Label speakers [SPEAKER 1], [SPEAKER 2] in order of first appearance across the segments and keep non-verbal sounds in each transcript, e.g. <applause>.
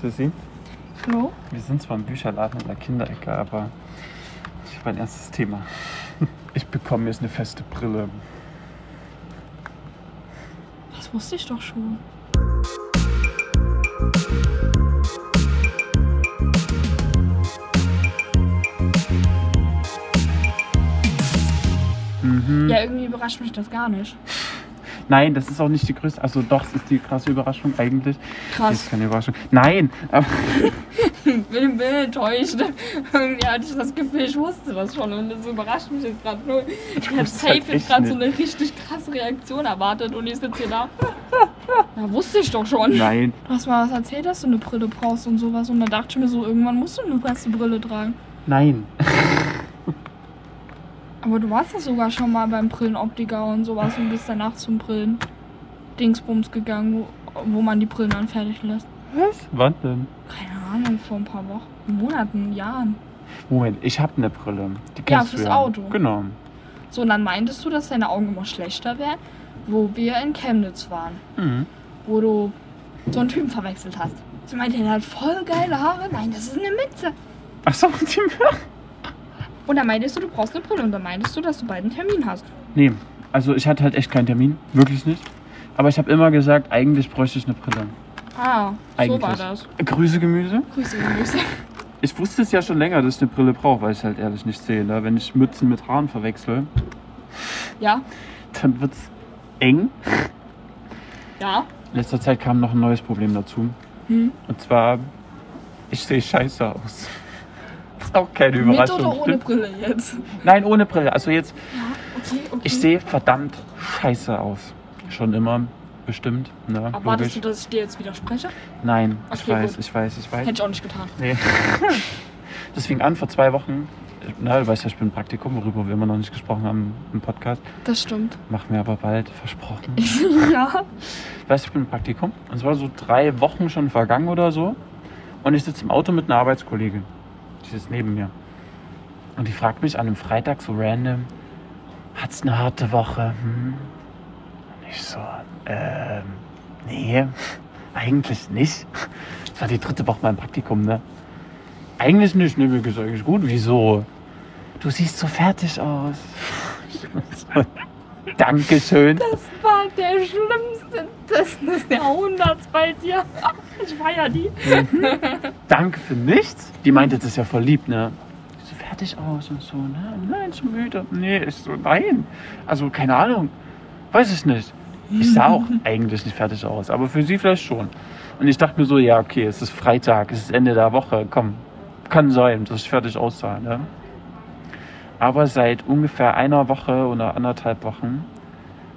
[SPEAKER 1] Sissi.
[SPEAKER 2] Flo?
[SPEAKER 1] Wir sind zwar im Bücherladen in der Kinderecke, aber ich habe ein erstes Thema. <laughs> Ich bekomme jetzt eine feste Brille.
[SPEAKER 2] Das wusste ich doch schon.
[SPEAKER 1] Mhm.
[SPEAKER 2] Ja, irgendwie überrascht mich das gar nicht.
[SPEAKER 1] Nein, das ist auch nicht die größte. Also doch, es ist die krasse Überraschung eigentlich. Das ist <laughs>
[SPEAKER 2] Krass.
[SPEAKER 1] keine Überraschung. Nein, aber <laughs>
[SPEAKER 2] Ich bin, bin enttäuscht. Irgendwie hatte ich das Gefühl, ich wusste das schon und das überrascht mich jetzt gerade nur. Ich hätte
[SPEAKER 1] wusste
[SPEAKER 2] safe
[SPEAKER 1] halt
[SPEAKER 2] jetzt
[SPEAKER 1] echt
[SPEAKER 2] gerade so
[SPEAKER 1] nicht.
[SPEAKER 2] eine richtig krasse Reaktion erwartet und ich sitze
[SPEAKER 1] <laughs>
[SPEAKER 2] hier da. Ja, wusste ich doch schon.
[SPEAKER 1] nein.
[SPEAKER 2] Du hast mal was erzählt, dass du eine Brille brauchst und sowas und dann dachte ich mir so, irgendwann musst du eine feste Brille tragen.
[SPEAKER 1] Nein.
[SPEAKER 2] Aber du warst ja sogar schon mal beim Brillenoptiker und sowas und bist danach zum Brillen Dingsbums gegangen, wo, wo man die Brillen anfertigen lässt.
[SPEAKER 1] Was? Wann denn?
[SPEAKER 2] Keine Ahnung, vor ein paar Wochen, Monaten, Jahren.
[SPEAKER 1] Moment, ich habe eine Brille. Die
[SPEAKER 2] Ja,
[SPEAKER 1] kennst du
[SPEAKER 2] fürs
[SPEAKER 1] ja.
[SPEAKER 2] Auto.
[SPEAKER 1] Genau.
[SPEAKER 2] So, und dann meintest du, dass deine Augen immer schlechter werden, wo wir in Chemnitz waren,
[SPEAKER 1] Mhm.
[SPEAKER 2] wo du so einen Typen verwechselt hast. Sie meinte, er hat voll geile Haare. Nein, das ist eine Mütze.
[SPEAKER 1] Achso, <laughs> die
[SPEAKER 2] Und dann meintest du, du brauchst eine Brille. Und dann meintest du, dass du bald einen Termin hast.
[SPEAKER 1] Nee, also ich hatte halt echt keinen Termin. Wirklich nicht. Aber ich habe immer gesagt, eigentlich bräuchte ich eine Brille.
[SPEAKER 2] Ah,
[SPEAKER 1] Eigentlich.
[SPEAKER 2] so war das.
[SPEAKER 1] Grüße Gemüse.
[SPEAKER 2] Grüße, Grüße. <laughs>
[SPEAKER 1] Ich wusste es ja schon länger, dass ich eine Brille brauche, weil ich halt ehrlich nicht sehe. Ne? Wenn ich Mützen mit Haaren verwechsel,
[SPEAKER 2] Ja,
[SPEAKER 1] <laughs> dann wird's eng.
[SPEAKER 2] ja.
[SPEAKER 1] In letzter Zeit kam noch ein neues Problem dazu.
[SPEAKER 2] Hm.
[SPEAKER 1] Und zwar, ich sehe scheiße aus. Das ist auch keine
[SPEAKER 2] Mit
[SPEAKER 1] Überraschung.
[SPEAKER 2] oder ohne
[SPEAKER 1] stimmt?
[SPEAKER 2] Brille Hm? jetzt?
[SPEAKER 1] Nein, ohne Brille. Also jetzt,
[SPEAKER 2] Ja, okay, okay.
[SPEAKER 1] ich sehe verdammt scheiße aus. Schon immer, bestimmt. Ne?
[SPEAKER 2] Erwartest du,
[SPEAKER 1] Logisch.
[SPEAKER 2] dass ich dir jetzt widerspreche?
[SPEAKER 1] Nein, ich
[SPEAKER 2] Okay,
[SPEAKER 1] weiß,
[SPEAKER 2] gut.
[SPEAKER 1] ich weiß, ich weiß.
[SPEAKER 2] Hätte ich auch nicht getan.
[SPEAKER 1] Nee. <laughs> Das fing an vor zwei Wochen. Na, du weißt ja, ich bin im Praktikum, worüber wir immer noch nicht gesprochen haben im Podcast.
[SPEAKER 2] Das stimmt.
[SPEAKER 1] Machen wir aber bald, versprochen.
[SPEAKER 2] <laughs> ja.
[SPEAKER 1] Ich weiß, ich bin im Praktikum. Und es war so drei Wochen schon vergangen oder so. Und ich sitze im Auto mit einer Arbeitskollegin. Die sitzt neben mir. Und die fragt mich an einem Freitag so random, hat's eine harte Woche? Hm? Und ich so, ähm, nee, eigentlich nicht. Das war die dritte Woche mein Praktikum, ne? Eigentlich nicht, ne, mir geht's eigentlich gut. Wieso? Du siehst so fertig aus. Dankeschön.
[SPEAKER 2] Das war der schlimmste Test des Jahrhunderts bei dir. <laughs> Ich war ja die.
[SPEAKER 1] Danke für nichts. Die meinte, das ist ja voll lieb, ne? Ich So fertig aus und so, ne? Nein, so müde. Nee, ich so, nein. Also, keine Ahnung. Weiß ich nicht. Ich sah auch eigentlich nicht fertig aus, aber für sie vielleicht schon. Und ich dachte mir so, ja, okay, es ist Freitag, es ist Ende der Woche, komm. Kann sein, dass ich fertig aussah, ne? Aber seit ungefähr einer Woche oder anderthalb Wochen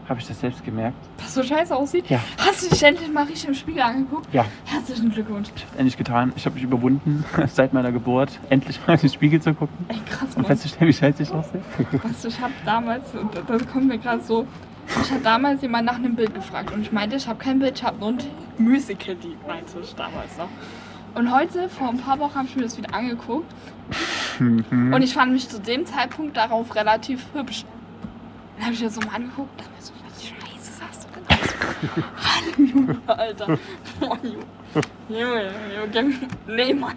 [SPEAKER 1] habe ich das selbst gemerkt.
[SPEAKER 2] Was so scheiße aussieht.
[SPEAKER 1] Ja.
[SPEAKER 2] Hast du dich endlich mal richtig im Spiegel angeguckt?
[SPEAKER 1] Ja,
[SPEAKER 2] Herzlichen Glückwunsch.
[SPEAKER 1] ich habe endlich getan. Ich habe mich überwunden, <laughs> seit meiner Geburt, endlich mal in den Spiegel zu gucken.
[SPEAKER 2] Ey, krass,
[SPEAKER 1] Und
[SPEAKER 2] Mann.
[SPEAKER 1] festzustellen, wie scheiße ich aussehe.
[SPEAKER 2] Was, ich habe damals, das kommt mir gerade so, ich habe damals jemand nach einem Bild gefragt und ich meinte, ich habe kein Bild, ich habe nur ein Musical, die meinte ich damals noch. Und heute, vor ein paar Wochen, habe ich mir das wieder angeguckt und ich fand mich zu dem Zeitpunkt darauf relativ hübsch. Dann habe ich mir das so mal angeguckt und dachte mir so, was Scheiße sagst du denn aus? Halleluja, Alter. Boah, Junge. Junge, Junge, nee, Mann.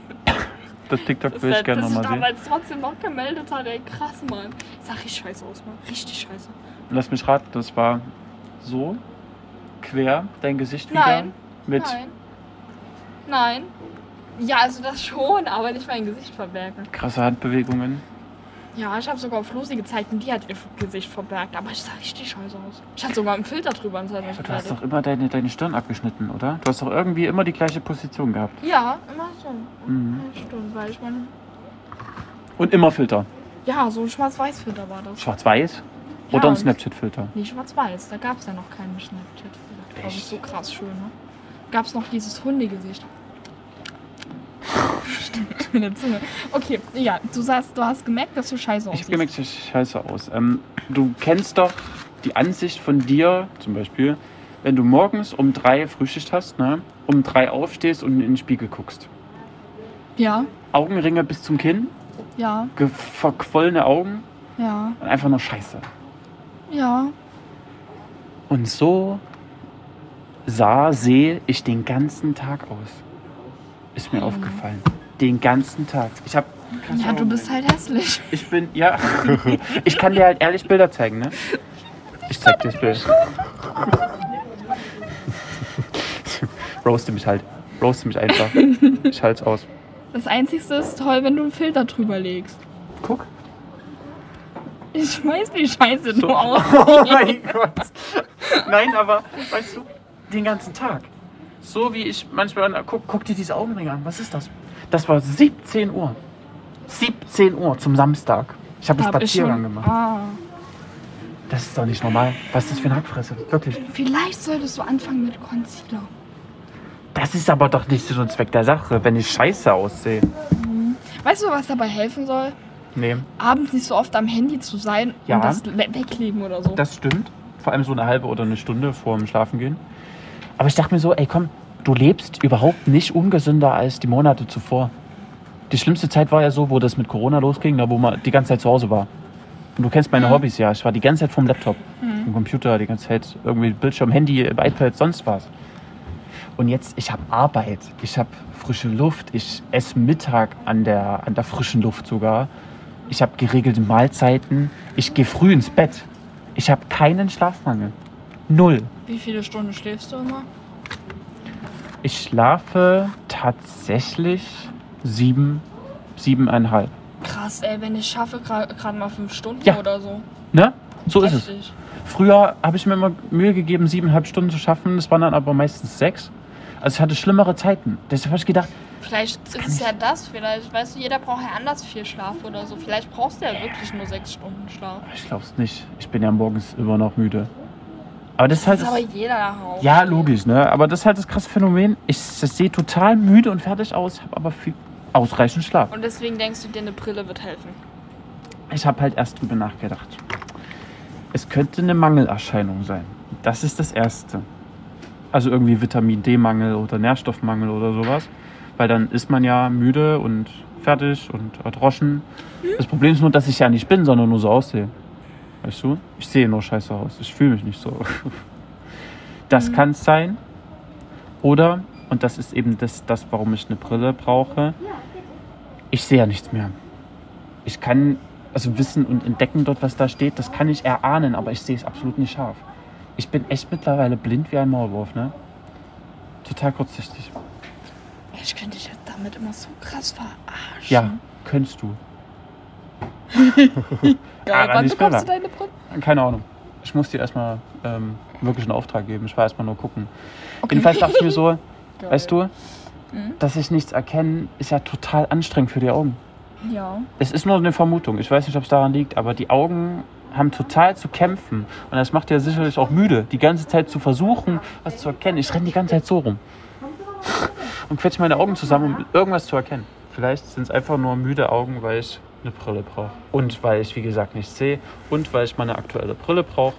[SPEAKER 1] Das TikTok
[SPEAKER 2] Das
[SPEAKER 1] will
[SPEAKER 2] ist
[SPEAKER 1] ich gerne
[SPEAKER 2] dass ich
[SPEAKER 1] nochmal sehen.
[SPEAKER 2] damals trotzdem noch gemeldet hatte. Ey, krass, Mann. Ich sag richtig scheiße aus, Mann. Richtig scheiße.
[SPEAKER 1] Lass mich raten, das war so quer dein Gesicht
[SPEAKER 2] Nein.
[SPEAKER 1] wieder mit.
[SPEAKER 2] Nein. Nein. Ja, also das schon, aber nicht mein Gesicht verbergen.
[SPEAKER 1] Krasse Handbewegungen.
[SPEAKER 2] Ja, ich habe sogar auf Lucy gezeigt und die hat ihr Gesicht verbergt, aber ich sah richtig scheiße aus. Ich hatte sogar einen Filter drüber und es hat mich
[SPEAKER 1] Aber du hast
[SPEAKER 2] gefährdet.
[SPEAKER 1] doch immer deine, deine Stirn abgeschnitten, oder? Du hast doch irgendwie immer die gleiche Position gehabt.
[SPEAKER 2] Ja, immer so.
[SPEAKER 1] Mhm.
[SPEAKER 2] Ja, Stimmt, weil ich meine.
[SPEAKER 1] Und immer Filter.
[SPEAKER 2] Ja, so ein Schwarz-Weiß-Filter war das.
[SPEAKER 1] Schwarz-Weiß
[SPEAKER 2] Ja,
[SPEAKER 1] oder ein
[SPEAKER 2] und-
[SPEAKER 1] Snapchat-Filter.
[SPEAKER 2] Nee, schwarz-weiß. Da gab es ja noch keinen Snapchat-Filter. Das
[SPEAKER 1] Echt?
[SPEAKER 2] ist so krass schön, ne? Gab es noch dieses
[SPEAKER 1] <laughs>
[SPEAKER 2] Hundegesicht. Stimmt, in der Zunge. Okay, ja, du sagst, du hast gemerkt, dass du scheiße
[SPEAKER 1] Ich
[SPEAKER 2] aussiehst.
[SPEAKER 1] habe gemerkt, ich sehe scheiße aus. Ähm, du kennst doch die Ansicht von dir, zum Beispiel, wenn du morgens um drei Frühschicht hast, ne? um drei aufstehst und in den Spiegel guckst.
[SPEAKER 2] Ja,
[SPEAKER 1] Augenringe bis zum Kinn,
[SPEAKER 2] ja,
[SPEAKER 1] ge- verquollene Augen
[SPEAKER 2] ja,
[SPEAKER 1] und einfach nur Scheiße.
[SPEAKER 2] ja.
[SPEAKER 1] Und so sah, sehe ich den ganzen Tag aus. Ist mir aufgefallen. Den ganzen Tag. Ich hab.
[SPEAKER 2] Mhm. Ja,
[SPEAKER 1] Oh
[SPEAKER 2] du bist halt hässlich.
[SPEAKER 1] Ich bin. Ja. <laughs> ich kann dir halt ehrlich Bilder zeigen, ne? Ich zeig dir das
[SPEAKER 2] <laughs>
[SPEAKER 1] Bild. Roaste mich halt. Roaste mich einfach. Ich halt's aus.
[SPEAKER 2] Das Einzige ist toll, wenn du einen Filter drüber legst.
[SPEAKER 1] Guck.
[SPEAKER 2] Ich weiß, wie scheiße du
[SPEAKER 1] So. <laughs>
[SPEAKER 2] aussiehst.
[SPEAKER 1] Oh mein Gott. Nein, aber weißt du, den ganzen Tag. So wie ich manchmal. Guck, guck dir diese Augenringe an. Was ist das? Das war 17 Uhr. 17 Uur zum Samstag. Ich habe einen
[SPEAKER 2] Hab ich
[SPEAKER 1] Spaziergang
[SPEAKER 2] schon-
[SPEAKER 1] gemacht.
[SPEAKER 2] Ah.
[SPEAKER 1] Das ist doch nicht normal. Was ist das für eine Hackfresse? Wirklich.
[SPEAKER 2] Vielleicht solltest du anfangen mit Concealer.
[SPEAKER 1] Das ist aber doch nicht so ein Zweck der Sache, wenn ich scheiße aussehe.
[SPEAKER 2] Weißt du, was dabei helfen soll?
[SPEAKER 1] Nee,
[SPEAKER 2] Abends nicht so oft am Handy zu sein
[SPEAKER 1] Ja.
[SPEAKER 2] und das le- weglegen oder so.
[SPEAKER 1] das stimmt. Vor allem so eine halbe oder eine Stunde vor dem Schlafengehen. Aber ich dachte mir so, ey komm, du lebst überhaupt nicht ungesünder als die Monate zuvor. Die schlimmste Zeit war ja so, wo das mit Corona losging, da wo man die ganze Zeit zu Hause war. Und du kennst meine Hobbys ja. Ich war die ganze Zeit vom Laptop, vom Computer, die ganze Zeit irgendwie Bildschirm, Handy, iPad, sonst was. Und jetzt, ich habe Arbeit, ich habe frische Luft, ich esse Mittag an der, an der frischen Luft sogar. Ich habe geregelte Mahlzeiten, ich gehe früh ins Bett. Ich habe keinen Schlafmangel. Null.
[SPEAKER 2] Wie viele Stunden schläfst du immer?
[SPEAKER 1] Ich schlafe tatsächlich sieben, siebeneinhalb.
[SPEAKER 2] Krass, ey, wenn ich schaffe, gerade mal fünf Stunden
[SPEAKER 1] Ja.
[SPEAKER 2] oder so.
[SPEAKER 1] Ne? So ist es.
[SPEAKER 2] Heftig.
[SPEAKER 1] Früher habe ich mir immer Mühe gegeben, siebeneinhalb Stunden zu schaffen. Das waren dann aber meistens sechs. Also ich hatte schlimmere Zeiten. Deshalb habe ich gedacht,
[SPEAKER 2] Vielleicht ist es ja das, vielleicht, weißt du, jeder braucht ja anders viel Schlaf oder so. Vielleicht brauchst du ja wirklich nur sechs Stunden Schlaf.
[SPEAKER 1] "Ah, ich glaube es nicht. Ich bin ja morgens immer noch müde. Aber das ist halt...
[SPEAKER 2] Das ist aber jeder auch.
[SPEAKER 1] Ja, logisch, ne? Aber das ist halt das krasse Phänomen. Ich sehe total müde und fertig aus, habe aber viel, ausreichend Schlaf.
[SPEAKER 2] Und deswegen denkst du dir, eine Brille wird helfen.
[SPEAKER 1] Ich habe halt erst drüber nachgedacht. Es könnte eine Mangelerscheinung sein. Das ist das Erste. Also irgendwie Vitamin D-Mangel oder Nährstoffmangel oder sowas. Weil dann ist man ja müde und fertig und erdroschen. Das Problem ist nur, dass ich ja nicht bin, sondern nur so aussehe. Weißt du? Ich sehe nur scheiße aus. Ich fühle mich nicht so. <laughs> Das kann's kann es sein. Oder, und das ist eben das, das warum ich eine Brille brauche, ich sehe ja nichts mehr. Ich kann also wissen und entdecken dort, was da steht, das kann ich erahnen, aber ich sehe es absolut nicht scharf. Ich bin echt mittlerweile blind wie ein Maulwurf, ne? Total kurzsichtig.
[SPEAKER 2] Ich könnte dich jetzt damit immer so krass verarschen.
[SPEAKER 1] Ja, könntest du.
[SPEAKER 2] Geil,
[SPEAKER 1] aber
[SPEAKER 2] wann
[SPEAKER 1] Ah, nicht
[SPEAKER 2] bekommst du
[SPEAKER 1] schneller.
[SPEAKER 2] deine Brille?
[SPEAKER 1] Keine Ahnung. Ich muss dir erstmal ähm, wirklich einen Auftrag geben. Ich war erstmal nur gucken. Jedenfalls dachte ich mir so,
[SPEAKER 2] Geil.
[SPEAKER 1] weißt du,
[SPEAKER 2] Mhm.
[SPEAKER 1] dass ich nichts erkenne, ist ja total anstrengend für die Augen.
[SPEAKER 2] Ja.
[SPEAKER 1] Es ist nur eine Vermutung. Ich weiß nicht, ob es daran liegt, aber die Augen haben total zu kämpfen. Und das macht ja sicherlich auch müde, die ganze Zeit zu versuchen, was zu erkennen. Ich renne die ganze Zeit so rum <laughs> und quetsche meine Augen zusammen, um irgendwas zu erkennen. Vielleicht sind es einfach nur müde Augen, weil ich eine Brille brauche. Und weil ich, wie gesagt, nichts sehe. Und weil ich meine aktuelle Brille brauche,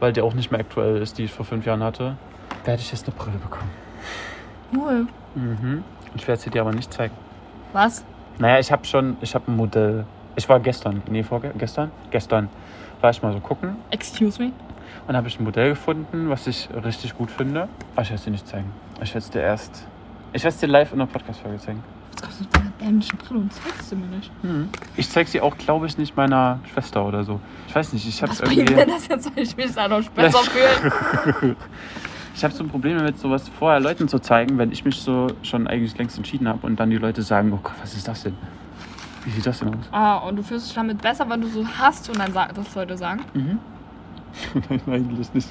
[SPEAKER 1] weil die auch nicht mehr aktuell ist, die ich vor fünf Jahren hatte, werde ich jetzt eine Brille bekommen.
[SPEAKER 2] Cool.
[SPEAKER 1] Mhm. Ich werde sie dir aber nicht zeigen.
[SPEAKER 2] Was?
[SPEAKER 1] Naja, ich habe schon, ich habe ein Modell. Ich war gestern, nee, vorgestern, gestern war ich mal so gucken
[SPEAKER 2] Excuse me?
[SPEAKER 1] und habe ich ein Modell gefunden, was ich richtig gut finde. Aber ich werde es dir nicht zeigen. Ich werde es dir erst, ich werde es dir live in der Podcast-Folge zeigen.
[SPEAKER 2] Jetzt kommst du mit deiner dämlichen Brille und zeigst du mir nicht.
[SPEAKER 1] Ich zeige sie auch, glaube ich, nicht meiner Schwester oder so. Ich weiß nicht, ich habe
[SPEAKER 2] Was bringt mir
[SPEAKER 1] irgendwie,
[SPEAKER 2] das jetzt, wenn ich mich dadurch
[SPEAKER 1] <laughs>
[SPEAKER 2] besser fühle?
[SPEAKER 1] ich habe so ein Problem damit, sowas vorher Leuten zu zeigen, wenn ich mich so schon eigentlich längst entschieden habe und dann die Leute sagen, oh Gott, was ist das denn? Wie sieht das denn aus?
[SPEAKER 2] Ah, und du fühlst dich damit besser, weil du so hast und dann sag, das Leute sagen.
[SPEAKER 1] <laughs> Nein, eigentlich nicht.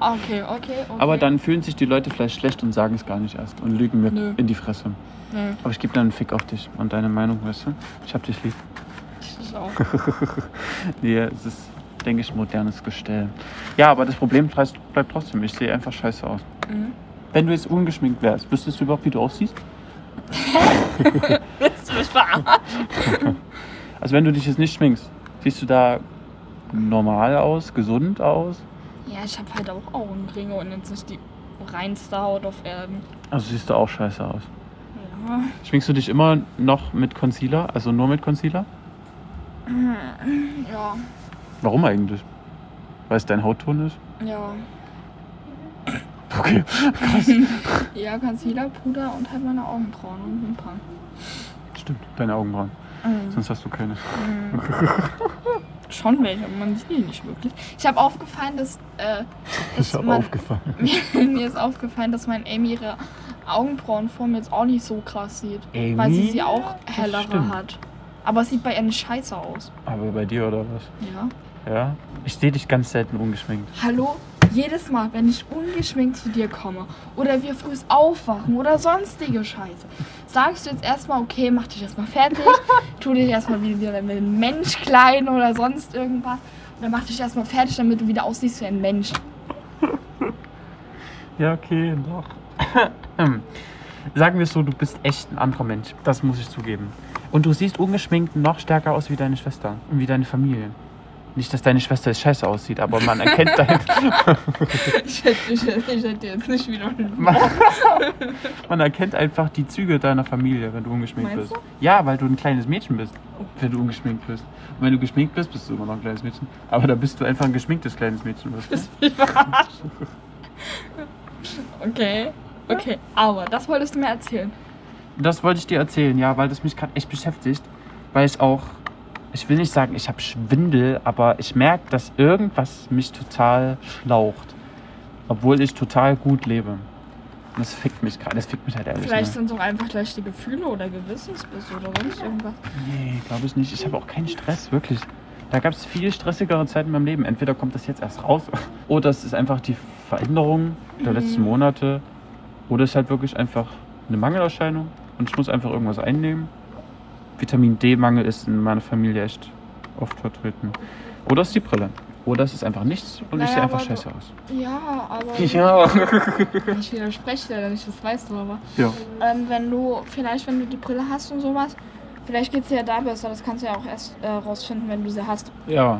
[SPEAKER 2] Ah, Okay, okay, okay.
[SPEAKER 1] Aber dann fühlen sich die Leute vielleicht schlecht und sagen es gar nicht erst und lügen mir
[SPEAKER 2] Nö.
[SPEAKER 1] in die Fresse.
[SPEAKER 2] Nö,
[SPEAKER 1] Aber ich gebe dann einen Fick auf dich und deine Meinung, weißt du? Ich hab dich lieb.
[SPEAKER 2] ich
[SPEAKER 1] <laughs>
[SPEAKER 2] das auch.
[SPEAKER 1] Nee, es ist, denke ich, modernes Gestell. Ja, aber das Problem bleibt bleibt trotzdem. Ich sehe einfach scheiße aus.
[SPEAKER 2] Mhm.
[SPEAKER 1] Wenn du jetzt ungeschminkt wärst, wüsstest du überhaupt, wie du aussiehst?
[SPEAKER 2] Willst du mich verarschen?
[SPEAKER 1] Also wenn du dich jetzt nicht schminkst, siehst du da normal aus, gesund aus?
[SPEAKER 2] Ja, ich habe halt auch Augenringe und jetzt nicht die reinste Haut auf Erden.
[SPEAKER 1] Also siehst du auch scheiße aus.
[SPEAKER 2] Ja.
[SPEAKER 1] Schminkst du dich immer noch mit Concealer? Also nur mit Concealer?
[SPEAKER 2] Ja.
[SPEAKER 1] Warum eigentlich? Weil es dein Hautton ist?
[SPEAKER 2] Ja.
[SPEAKER 1] Okay, krass.
[SPEAKER 2] Ja, ganz lila Puder und halt meine Augenbrauen und Wimpern.
[SPEAKER 1] Stimmt, deine Augenbrauen.
[SPEAKER 2] Mhm.
[SPEAKER 1] Sonst hast du keine.
[SPEAKER 2] <laughs> Schon welche, aber man sieht die nicht wirklich. Ich habe aufgefallen, dass, äh, dass
[SPEAKER 1] Ist aber
[SPEAKER 2] man,
[SPEAKER 1] aufgefallen.
[SPEAKER 2] mir <laughs> ist aufgefallen, dass mein Amy ihre Augenbrauenform jetzt auch nicht so krass sieht.
[SPEAKER 1] Amy?
[SPEAKER 2] Weil sie sie auch
[SPEAKER 1] Das
[SPEAKER 2] hellere
[SPEAKER 1] stimmt.
[SPEAKER 2] hat. Aber es sieht bei ihr nicht scheiße aus.
[SPEAKER 1] Aber bei dir oder was?
[SPEAKER 2] Ja.
[SPEAKER 1] Ja? Ich sehe dich ganz selten ungeschminkt.
[SPEAKER 2] Hallo? Jedes Mal, wenn ich ungeschminkt zu dir komme oder wir früh aufwachen oder sonstige Scheiße, sagst du jetzt erstmal, okay, mach dich erstmal <laughs> fertig, tu dich erstmal wie wie ein Mensch klein oder sonst irgendwas. Oder mach dich erstmal fertig, damit du wieder aussiehst wie ein Mensch.
[SPEAKER 1] Ja, okay, doch. Hm. Sagen wir es so, du bist echt ein anderer Mensch. Das muss ich zugeben. Und du siehst ungeschminkt noch stärker aus wie deine Schwester und wie deine Familie. Nicht, dass deine Schwester jetzt scheiße aussieht, aber man <laughs> erkennt dein,
[SPEAKER 2] Ich hätte, ich hätte, ich hätte jetzt nicht wieder einen
[SPEAKER 1] Man, <laughs> man erkennt einfach die Züge deiner Familie, wenn du ungeschminkt
[SPEAKER 2] Meinst
[SPEAKER 1] bist. Ja, weil du ein kleines Mädchen bist, wenn du ungeschminkt bist. Und wenn du geschminkt bist, bist du immer noch ein kleines Mädchen. Aber da bist du einfach ein geschminktes kleines Mädchen. Weißt du?
[SPEAKER 2] Okay, okay, aber das wolltest du mir erzählen.
[SPEAKER 1] Das wollte ich dir erzählen, ja, weil das mich gerade echt beschäftigt. Weil ich auch, ich will nicht sagen, ich habe Schwindel, aber ich merke, dass irgendwas mich total schlaucht. Obwohl ich total gut lebe. Und das fickt mich gerade, das fickt mich halt ehrlich.
[SPEAKER 2] Vielleicht
[SPEAKER 1] ne?
[SPEAKER 2] sind es auch einfach gleich die Gefühle oder Gewissensbisse oder sonst irgendwas.
[SPEAKER 1] Nee, glaube ich nicht. Ich habe auch keinen Stress, wirklich. Da gab es viel stressigere Zeiten in meinem Leben. Entweder kommt das jetzt erst raus <laughs> oder es ist einfach die Veränderung der letzten
[SPEAKER 2] Mhm.
[SPEAKER 1] Monate oder es ist halt wirklich einfach eine Mangelerscheinung und ich muss einfach irgendwas einnehmen. Vitamin D-Mangel ist in meiner Familie echt oft vertreten. Oder es ist die Brille. Oder es ist einfach nichts und ich
[SPEAKER 2] Naja,
[SPEAKER 1] sehe einfach
[SPEAKER 2] aber du-
[SPEAKER 1] scheiße aus.
[SPEAKER 2] Ja,
[SPEAKER 1] <laughs>
[SPEAKER 2] aber.
[SPEAKER 1] Ja.
[SPEAKER 2] Ich widerspreche dir da nicht, das weißt du aber.
[SPEAKER 1] ja. <laughs>
[SPEAKER 2] Ähm, wenn du, vielleicht wenn du die Brille hast und sowas, vielleicht geht es dir ja da besser. Das kannst du ja auch erst äh, rausfinden, wenn du sie hast.
[SPEAKER 1] Ja.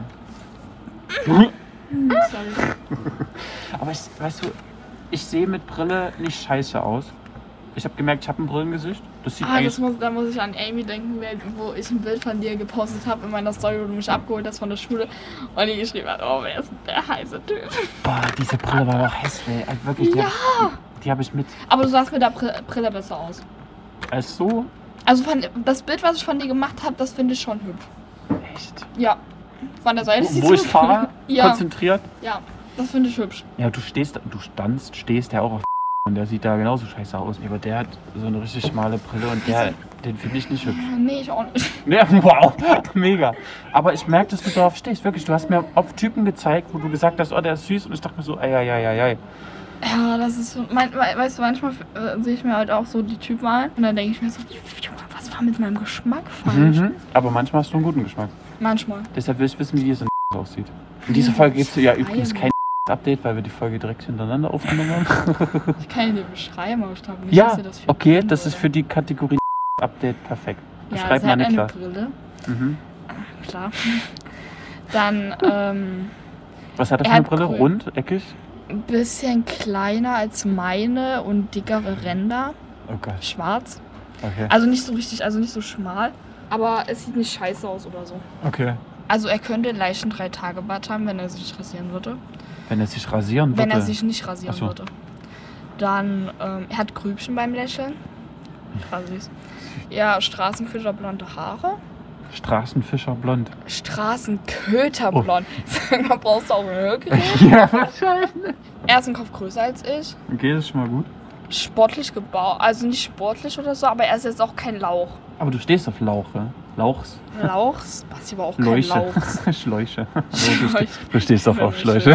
[SPEAKER 2] Hm, sorry.
[SPEAKER 1] Aber ich, weißt du, ich sehe mit Brille nicht scheiße aus. Ich habe gemerkt, ich habe ein Brillengesicht. Das sieht
[SPEAKER 2] Ah,
[SPEAKER 1] eigentlich
[SPEAKER 2] das muss, da muss ich an Amy denken, wer- wo ich ein Bild von dir gepostet habe in meiner Story, wo du mich abgeholt hast von der Schule und die geschrieben hat, oh, wer ist denn der heiße Typ?
[SPEAKER 1] Boah, diese Brille war doch hässlich. Also wirklich, die
[SPEAKER 2] Ja.
[SPEAKER 1] hab- Die, die habe ich mit.
[SPEAKER 2] Aber du sahst mit der Bri- Brille besser aus.
[SPEAKER 1] Als so?
[SPEAKER 2] Also von, das Bild, was ich von dir gemacht habe, das finde ich schon hübsch.
[SPEAKER 1] Echt?
[SPEAKER 2] Ja. Von der Seite
[SPEAKER 1] Wo, wo ich
[SPEAKER 2] du-
[SPEAKER 1] fahre?
[SPEAKER 2] <laughs> Ja,
[SPEAKER 1] Konzentriert?
[SPEAKER 2] ja. Das finde ich hübsch.
[SPEAKER 1] Ja, du stehst, du standst, stehst ja auch auf <laughs> und der sieht da genauso scheiße aus. Aber der hat so eine richtig schmale Brille und der, den finde ich nicht hübsch. <laughs>
[SPEAKER 2] Nee, ich auch nicht. <laughs>
[SPEAKER 1] Ja, wow, <laughs> mega. Aber ich merke, dass du darauf stehst. Wirklich, du hast mir auf Typen gezeigt, wo du gesagt hast, oh, der ist süß. Und ich dachte mir so, ei, ei, ei, ei, ei.
[SPEAKER 2] Ja, das ist so. Mein, we- weißt du, manchmal äh, sehe ich mir halt auch so die Typen an und dann denke ich mir so, Junge, was war mit meinem Geschmack falsch?
[SPEAKER 1] Mhm. Aber manchmal hast du einen guten Geschmack.
[SPEAKER 2] Manchmal.
[SPEAKER 1] Deshalb will ich wissen, wie dieser <laughs> aussieht. In dieser Folge gibst du ja übrigens kein Update, weil wir die Folge direkt hintereinander aufgenommen haben.
[SPEAKER 2] Ich kann ihn dir beschreiben, aber <laughs> ich glaube nicht,
[SPEAKER 1] Ja,
[SPEAKER 2] dass ihr das für
[SPEAKER 1] okay,
[SPEAKER 2] tun
[SPEAKER 1] das ist für
[SPEAKER 2] würde.
[SPEAKER 1] die Kategorie <laughs> Update perfekt.
[SPEAKER 2] ja,
[SPEAKER 1] Schreib
[SPEAKER 2] sie
[SPEAKER 1] mal
[SPEAKER 2] hat eine
[SPEAKER 1] Niklas.
[SPEAKER 2] Brille,
[SPEAKER 1] Mhm.
[SPEAKER 2] klar. <laughs> Dann ähm,
[SPEAKER 1] Was hat er
[SPEAKER 2] Er
[SPEAKER 1] für eine
[SPEAKER 2] hat
[SPEAKER 1] Brille?
[SPEAKER 2] grün.
[SPEAKER 1] Rund, eckig?
[SPEAKER 2] ein bisschen kleiner als meine und dickere Ränder,
[SPEAKER 1] Oh Gott,
[SPEAKER 2] schwarz.
[SPEAKER 1] okay.
[SPEAKER 2] Also nicht so richtig, also nicht so schmal, aber es sieht nicht scheiße aus oder so.
[SPEAKER 1] okay.
[SPEAKER 2] Also er könnte einen leichten drei Tage Bart haben, wenn er sich rasieren würde.
[SPEAKER 1] Wenn er sich rasieren würde.
[SPEAKER 2] Wenn er sich nicht rasieren
[SPEAKER 1] Ach so.
[SPEAKER 2] würde. Dann, ähm, er hat Grübchen beim Lächeln.
[SPEAKER 1] Hm.
[SPEAKER 2] Voll süß. Ja, Straßenköter blonde Haare.
[SPEAKER 1] Straßenfischer blond.
[SPEAKER 2] Straßenköter blond.
[SPEAKER 1] Oh.
[SPEAKER 2] Sag mal, brauchst du auch
[SPEAKER 1] <laughs>
[SPEAKER 2] ein Hörgerät?
[SPEAKER 1] <laughs> ja, wahrscheinlich.
[SPEAKER 2] Er ist ein Kopf größer als ich.
[SPEAKER 1] Okay, das ist schon mal gut.
[SPEAKER 2] Sportlich gebaut. Also nicht sportlich oder so, aber er ist jetzt auch kein Lauch.
[SPEAKER 1] <laughs> Aber du stehst auf Lauche. <laughs> Lauchs.
[SPEAKER 2] Lauchs? Was, ich war auch kein
[SPEAKER 1] Leuche. <laughs>
[SPEAKER 2] Lauchs.
[SPEAKER 1] Schläuche.
[SPEAKER 2] Schläuche.
[SPEAKER 1] Du ste- Du stehst doch auf Schläuche.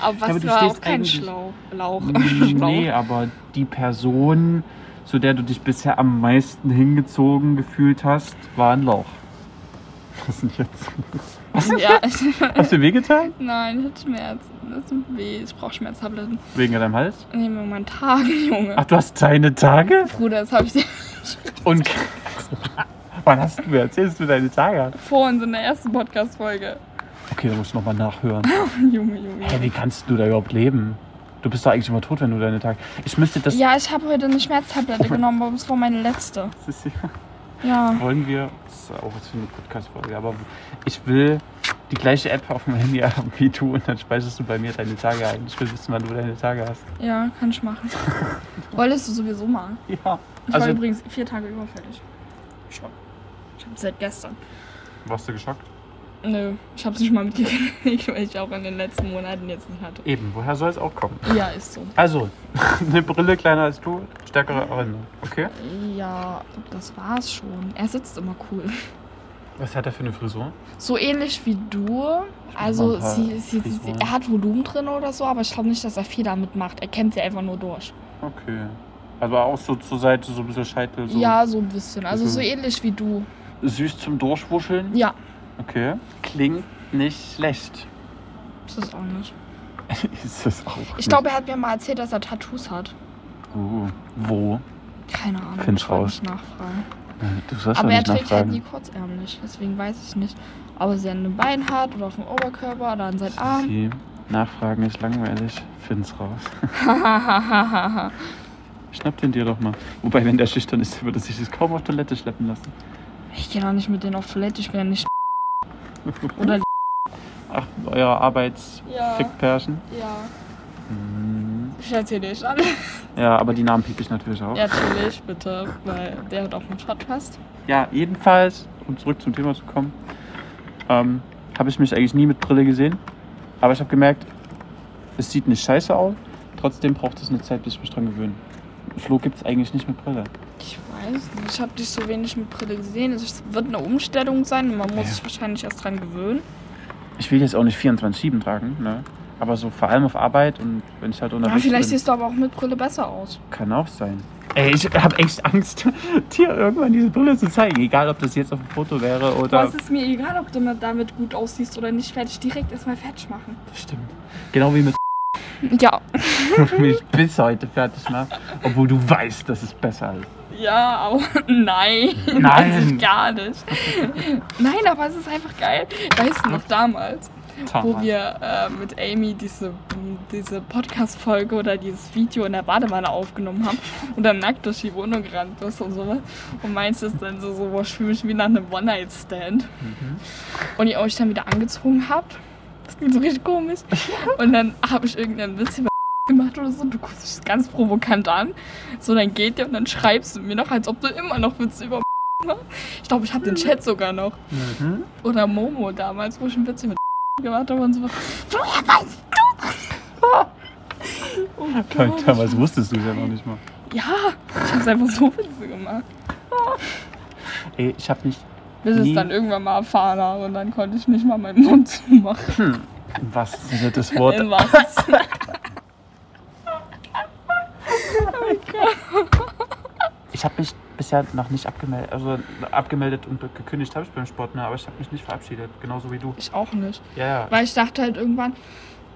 [SPEAKER 2] aber was,
[SPEAKER 1] Aber du
[SPEAKER 2] ich war auch
[SPEAKER 1] stehst
[SPEAKER 2] kein
[SPEAKER 1] eigentlich-
[SPEAKER 2] Schlauch. Lauch.
[SPEAKER 1] Hm, nee,
[SPEAKER 2] <laughs> Schlauch.
[SPEAKER 1] aber die Person, zu der du dich bisher am meisten hingezogen gefühlt hast, war ein Lauch. Was denn jetzt?
[SPEAKER 2] Ja,
[SPEAKER 1] Hast du wehgetan?
[SPEAKER 2] nein, ich hatte Schmerzen. Das tut weh. Ich brauche Schmerztabletten.
[SPEAKER 1] Wegen deinem Hals?
[SPEAKER 2] Nee, mir meinen Tagen, <laughs> Junge.
[SPEAKER 1] Ach, du hast deine Tage?
[SPEAKER 2] Bruder, das habe ich dir <laughs>
[SPEAKER 1] Und. <laughs> Wann hast du mir erzählst du deine Tage?
[SPEAKER 2] vorhin in der ersten Podcast-Folge. <laughs>
[SPEAKER 1] Okay, da musst du nochmal nachhören.
[SPEAKER 2] Junge, Junge.
[SPEAKER 1] Hä, wie kannst du da überhaupt leben? Du bist doch eigentlich immer tot, wenn du deine Tage. Ich müsste das.
[SPEAKER 2] Ja, ich habe heute eine Schmerztablette genommen, aber es war meine letzte.
[SPEAKER 1] das ist,
[SPEAKER 2] Ja.
[SPEAKER 1] wollen wir. Das ist auch was für eine Podcast-Folge, aber ich will die gleiche App auf dem Handy haben wie du und dann speicherst du bei mir deine Tage ein. Ich will wissen, wann du deine Tage hast.
[SPEAKER 2] Ja, kann
[SPEAKER 1] <laughs>
[SPEAKER 2] ich machen. Wolltest du sowieso machen.
[SPEAKER 1] Ja.
[SPEAKER 2] Ich
[SPEAKER 1] Also-
[SPEAKER 2] war übrigens vier Tage überfällig. Schon. Ich hab's seit gestern.
[SPEAKER 1] Warst du geschockt?
[SPEAKER 2] Nö, ich hab's nicht mal mitgekriegt, <laughs> weil ich auch in den letzten Monaten jetzt nicht hatte.
[SPEAKER 1] Eben, woher soll es auch kommen?
[SPEAKER 2] Ja, ist so.
[SPEAKER 1] Also, <laughs> eine Brille kleiner als du, stärkere
[SPEAKER 2] Mhm.
[SPEAKER 1] Erinnerung. Okay.
[SPEAKER 2] Ja, das war's schon. Er sitzt immer cool.
[SPEAKER 1] Was hat er für eine Frisur?
[SPEAKER 2] So ähnlich wie du.
[SPEAKER 1] mal
[SPEAKER 2] Also
[SPEAKER 1] ein paar
[SPEAKER 2] sie, sie, sie, sie,
[SPEAKER 1] Frisuren.
[SPEAKER 2] er hat Volumen drin oder so, aber ich glaube nicht, dass er viel damit macht. Er kämmt sie einfach nur durch.
[SPEAKER 1] Okay. Also auch so zur Seite, so ein bisschen Scheitel, so
[SPEAKER 2] Ja, so ein bisschen. Also
[SPEAKER 1] Mhm.
[SPEAKER 2] so ähnlich wie du.
[SPEAKER 1] süß zum Durchwuscheln.
[SPEAKER 2] Ja,
[SPEAKER 1] Okay. Klingt nicht schlecht.
[SPEAKER 2] ist das auch nicht.
[SPEAKER 1] <laughs> Ist das auch.
[SPEAKER 2] Ich glaube, er hat mir mal erzählt, dass er Tattoos hat.
[SPEAKER 1] Uh, wo?
[SPEAKER 2] Keine Ahnung.
[SPEAKER 1] Find's
[SPEAKER 2] ich wollte
[SPEAKER 1] raus.
[SPEAKER 2] nicht nachfragen.
[SPEAKER 1] Du sollst
[SPEAKER 2] aber
[SPEAKER 1] doch
[SPEAKER 2] er
[SPEAKER 1] nicht
[SPEAKER 2] trägt halt
[SPEAKER 1] nachfragen.
[SPEAKER 2] nie kurzärmlich, deswegen weiß ich nicht. Aber sie an dem Bein hat oder auf dem Oberkörper oder an seinen Arm.
[SPEAKER 1] Die Nachfragen ist langweilig. Find's raus.
[SPEAKER 2] Hahaha.
[SPEAKER 1] Schnapp den dir doch mal. Wobei, wenn der schüchtern ist, würde sich das kaum auf Toilette schleppen lassen.
[SPEAKER 2] <laughs>
[SPEAKER 1] <laughs>
[SPEAKER 2] ich gehe doch nicht mit denen auf Toilette, ich bin ja nicht. Oder.
[SPEAKER 1] Ach, euer arbeits
[SPEAKER 2] Ja.
[SPEAKER 1] fickpärchen
[SPEAKER 2] Ja,
[SPEAKER 1] Mhm.
[SPEAKER 2] ich erzähle nicht alle.
[SPEAKER 1] Ja, aber die Namen piep ich natürlich auch.
[SPEAKER 2] Ja, natürlich, bitte, weil der hat auch einen Podcast.
[SPEAKER 1] Ja, jedenfalls, um zurück zum Thema zu kommen, ähm, habe ich mich eigentlich nie mit Brille gesehen. Aber ich habe gemerkt, es sieht nicht scheiße aus. Trotzdem braucht es eine Zeit, bis ich mich dran gewöhne. Flo gibt es eigentlich nicht mit Brille.
[SPEAKER 2] Ich weiß nicht, ich habe dich so wenig mit Brille gesehen. Also Es wird eine Umstellung sein und man muss
[SPEAKER 1] Ja.
[SPEAKER 2] sich wahrscheinlich erst dran gewöhnen.
[SPEAKER 1] Ich will jetzt auch nicht 24-7 tragen, ne? aber so vor allem auf Arbeit und wenn ich halt
[SPEAKER 2] Ja,
[SPEAKER 1] unterwegs
[SPEAKER 2] vielleicht
[SPEAKER 1] bin,
[SPEAKER 2] siehst du aber auch mit Brille besser aus.
[SPEAKER 1] kann auch sein. Ey, ich habe echt Angst, <laughs> dir irgendwann diese Brille zu zeigen. Egal, ob das jetzt auf dem Foto wäre oder...
[SPEAKER 2] es ist mir egal, ob du mal damit gut aussiehst oder nicht. Werde ich direkt erstmal fertig machen.
[SPEAKER 1] Das stimmt. Genau wie mit <laughs>
[SPEAKER 2] Ja.
[SPEAKER 1] mich bis heute fertig macht, obwohl du weißt, dass es besser ist.
[SPEAKER 2] Ja, aber <laughs> nein.
[SPEAKER 1] Nein.
[SPEAKER 2] weiß ich gar nicht. <laughs> Nein, aber es ist einfach geil. Weißt du noch damals? wo wir äh, mit Amy diese, diese Podcast-Folge oder dieses Video in der Badewanne aufgenommen haben und dann nackt durch die Wohnung gerannt bist und sowas. Und meinst es dann so, so boah, ich fühle mich wie nach einem One-Night-Stand. Und ihr euch dann wieder angezogen habt. Das klingt so richtig komisch. Und dann habe ich irgendeinen Witz über <laughs> gemacht oder so, du guckst dich ganz provokant an. So, dann geht ihr und dann schreibst du mir noch, als ob du immer noch Witze über <laughs> machst. Ich glaube, ich habe den Chat sogar noch.
[SPEAKER 1] Mhm.
[SPEAKER 2] Oder Momo damals, wo ich einen Witz mit gemacht habe und so. Oh Gott.
[SPEAKER 1] Damals wusstest du es ja noch nicht mal.
[SPEAKER 2] Ja, ich hab's einfach so Witze gemacht.
[SPEAKER 1] Ey, ich habe nicht.
[SPEAKER 2] Bis ich
[SPEAKER 1] Nie.
[SPEAKER 2] es dann irgendwann mal erfahren habe und dann konnte ich nicht mal meinen Mund zumachen.
[SPEAKER 1] Im wahrsten Sinne des Wortes. <laughs>
[SPEAKER 2] Im wahrsten Sinne.
[SPEAKER 1] Ich habe mich bisher noch nicht abgemeldet, also abgemeldet und gekündigt habe ich beim Sport, ne? aber ich habe mich nicht verabschiedet, genauso wie du.
[SPEAKER 2] Ich auch nicht.
[SPEAKER 1] Ja, ja.
[SPEAKER 2] Weil ich dachte halt irgendwann,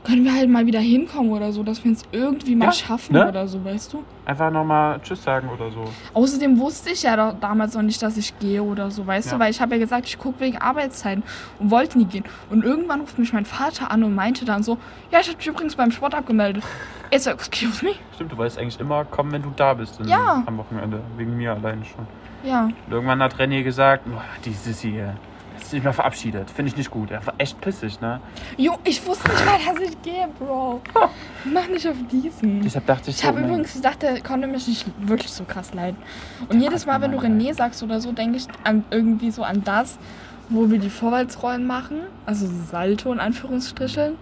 [SPEAKER 2] können wir halt mal wieder hinkommen oder so, dass wir es irgendwie mal
[SPEAKER 1] Ja,
[SPEAKER 2] schaffen
[SPEAKER 1] ne?
[SPEAKER 2] oder so, weißt du?
[SPEAKER 1] Einfach nochmal Tschüss sagen oder so.
[SPEAKER 2] Außerdem wusste ich ja doch damals noch nicht, dass ich gehe oder so, weißt
[SPEAKER 1] Ja.
[SPEAKER 2] du, weil ich habe ja gesagt, ich gucke wegen Arbeitszeiten und wollte nie gehen. Und irgendwann ruft mich mein Vater an und meinte dann so, ja, ich habe dich übrigens beim Sport abgemeldet. Ich so, excuse me?
[SPEAKER 1] Stimmt, du wolltest eigentlich immer kommen, wenn du da bist in,
[SPEAKER 2] Ja.
[SPEAKER 1] am Wochenende. Wegen mir allein schon.
[SPEAKER 2] Ja,
[SPEAKER 1] Und irgendwann hat René gesagt, boah, die Sissi hier. Jetzt nicht mehr verabschiedet. Finde ich nicht gut. Er war echt pissig, ne?
[SPEAKER 2] Jo, ich wusste nicht mal, dass ich gehe, Bro. Mach nicht auf diesen.
[SPEAKER 1] Deshalb dachte ich,
[SPEAKER 2] Ich habe
[SPEAKER 1] oh mein-
[SPEAKER 2] übrigens gedacht, der konnte mich nicht wirklich so krass leiden. Und jedes Mal, wenn du
[SPEAKER 1] Mann,
[SPEAKER 2] René sagst oder so, denke ich an, irgendwie so an das, wo wir die Vorwärtsrollen machen, also so Salto in Anführungsstrichen.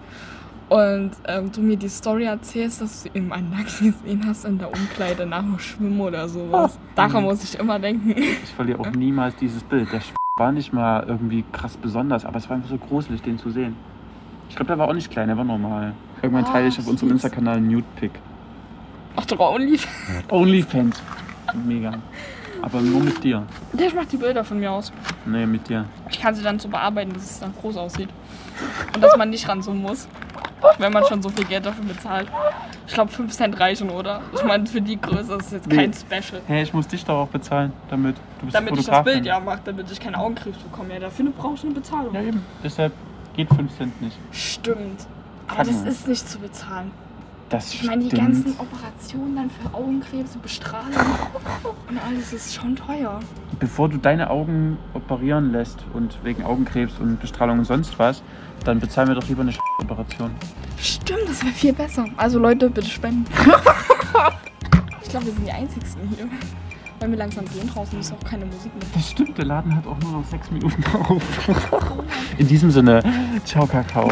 [SPEAKER 2] Und ähm, du mir die Story erzählst, dass du eben einen Nacken gesehen hast in der Umkleide nach dem Schwimmen oder <laughs> sowas. Daran muss ich immer denken.
[SPEAKER 1] Ich verliere auch niemals dieses Bild. Der Sch- war nicht mal irgendwie krass besonders, aber es war einfach so gruselig, den zu sehen. Ich glaube, der war auch nicht klein, der war normal. Irgendwann
[SPEAKER 2] Ah,
[SPEAKER 1] teile ich auf unserem
[SPEAKER 2] süß.
[SPEAKER 1] Insta-Kanal einen Nude-Pick.
[SPEAKER 2] Ach, Only.
[SPEAKER 1] Onlyfans. Mega. Aber nur mit dir.
[SPEAKER 2] Der macht die Bilder von mir aus.
[SPEAKER 1] Nee, mit dir.
[SPEAKER 2] Ich kann sie dann so bearbeiten, dass es dann groß aussieht. Und dass man nicht ranzoomen muss, wenn man schon so viel Geld dafür bezahlt. Ich glaube, 5 Cent reichen, oder? Ich meine, für die Größe ist es jetzt
[SPEAKER 1] Nee.
[SPEAKER 2] kein Special.
[SPEAKER 1] Hey, ich muss dich doch auch bezahlen, damit du bist
[SPEAKER 2] Damit ich das
[SPEAKER 1] Fotografin.
[SPEAKER 2] Bild ja mache, damit ich keinen Augenkrebs bekomme. Ja, dafür brauche ich eine Bezahlung.
[SPEAKER 1] Ja, eben. Deshalb geht 5 Cent nicht.
[SPEAKER 2] Stimmt. Aber
[SPEAKER 1] Kann
[SPEAKER 2] das
[SPEAKER 1] man.
[SPEAKER 2] ist nicht zu bezahlen.
[SPEAKER 1] Das
[SPEAKER 2] Ich meine, die
[SPEAKER 1] stimmt.
[SPEAKER 2] ganzen Operationen dann für Augenkrebs und Bestrahlung und alles ist schon teuer.
[SPEAKER 1] bevor du deine Augen operieren lässt und wegen Augenkrebs und Bestrahlung und sonst was, dann bezahlen wir doch lieber eine Operation.
[SPEAKER 2] Stimmt, das wäre viel besser. Also Leute, bitte spenden. ich glaube, wir sind die Einzigsten hier. Weil wir langsam gehen draußen, ist auch keine Musik mehr.
[SPEAKER 1] Das stimmt, der
[SPEAKER 2] <laughs>
[SPEAKER 1] Laden hat auch nur noch sechs Minuten auf. In diesem Sinne, ciao Kakao.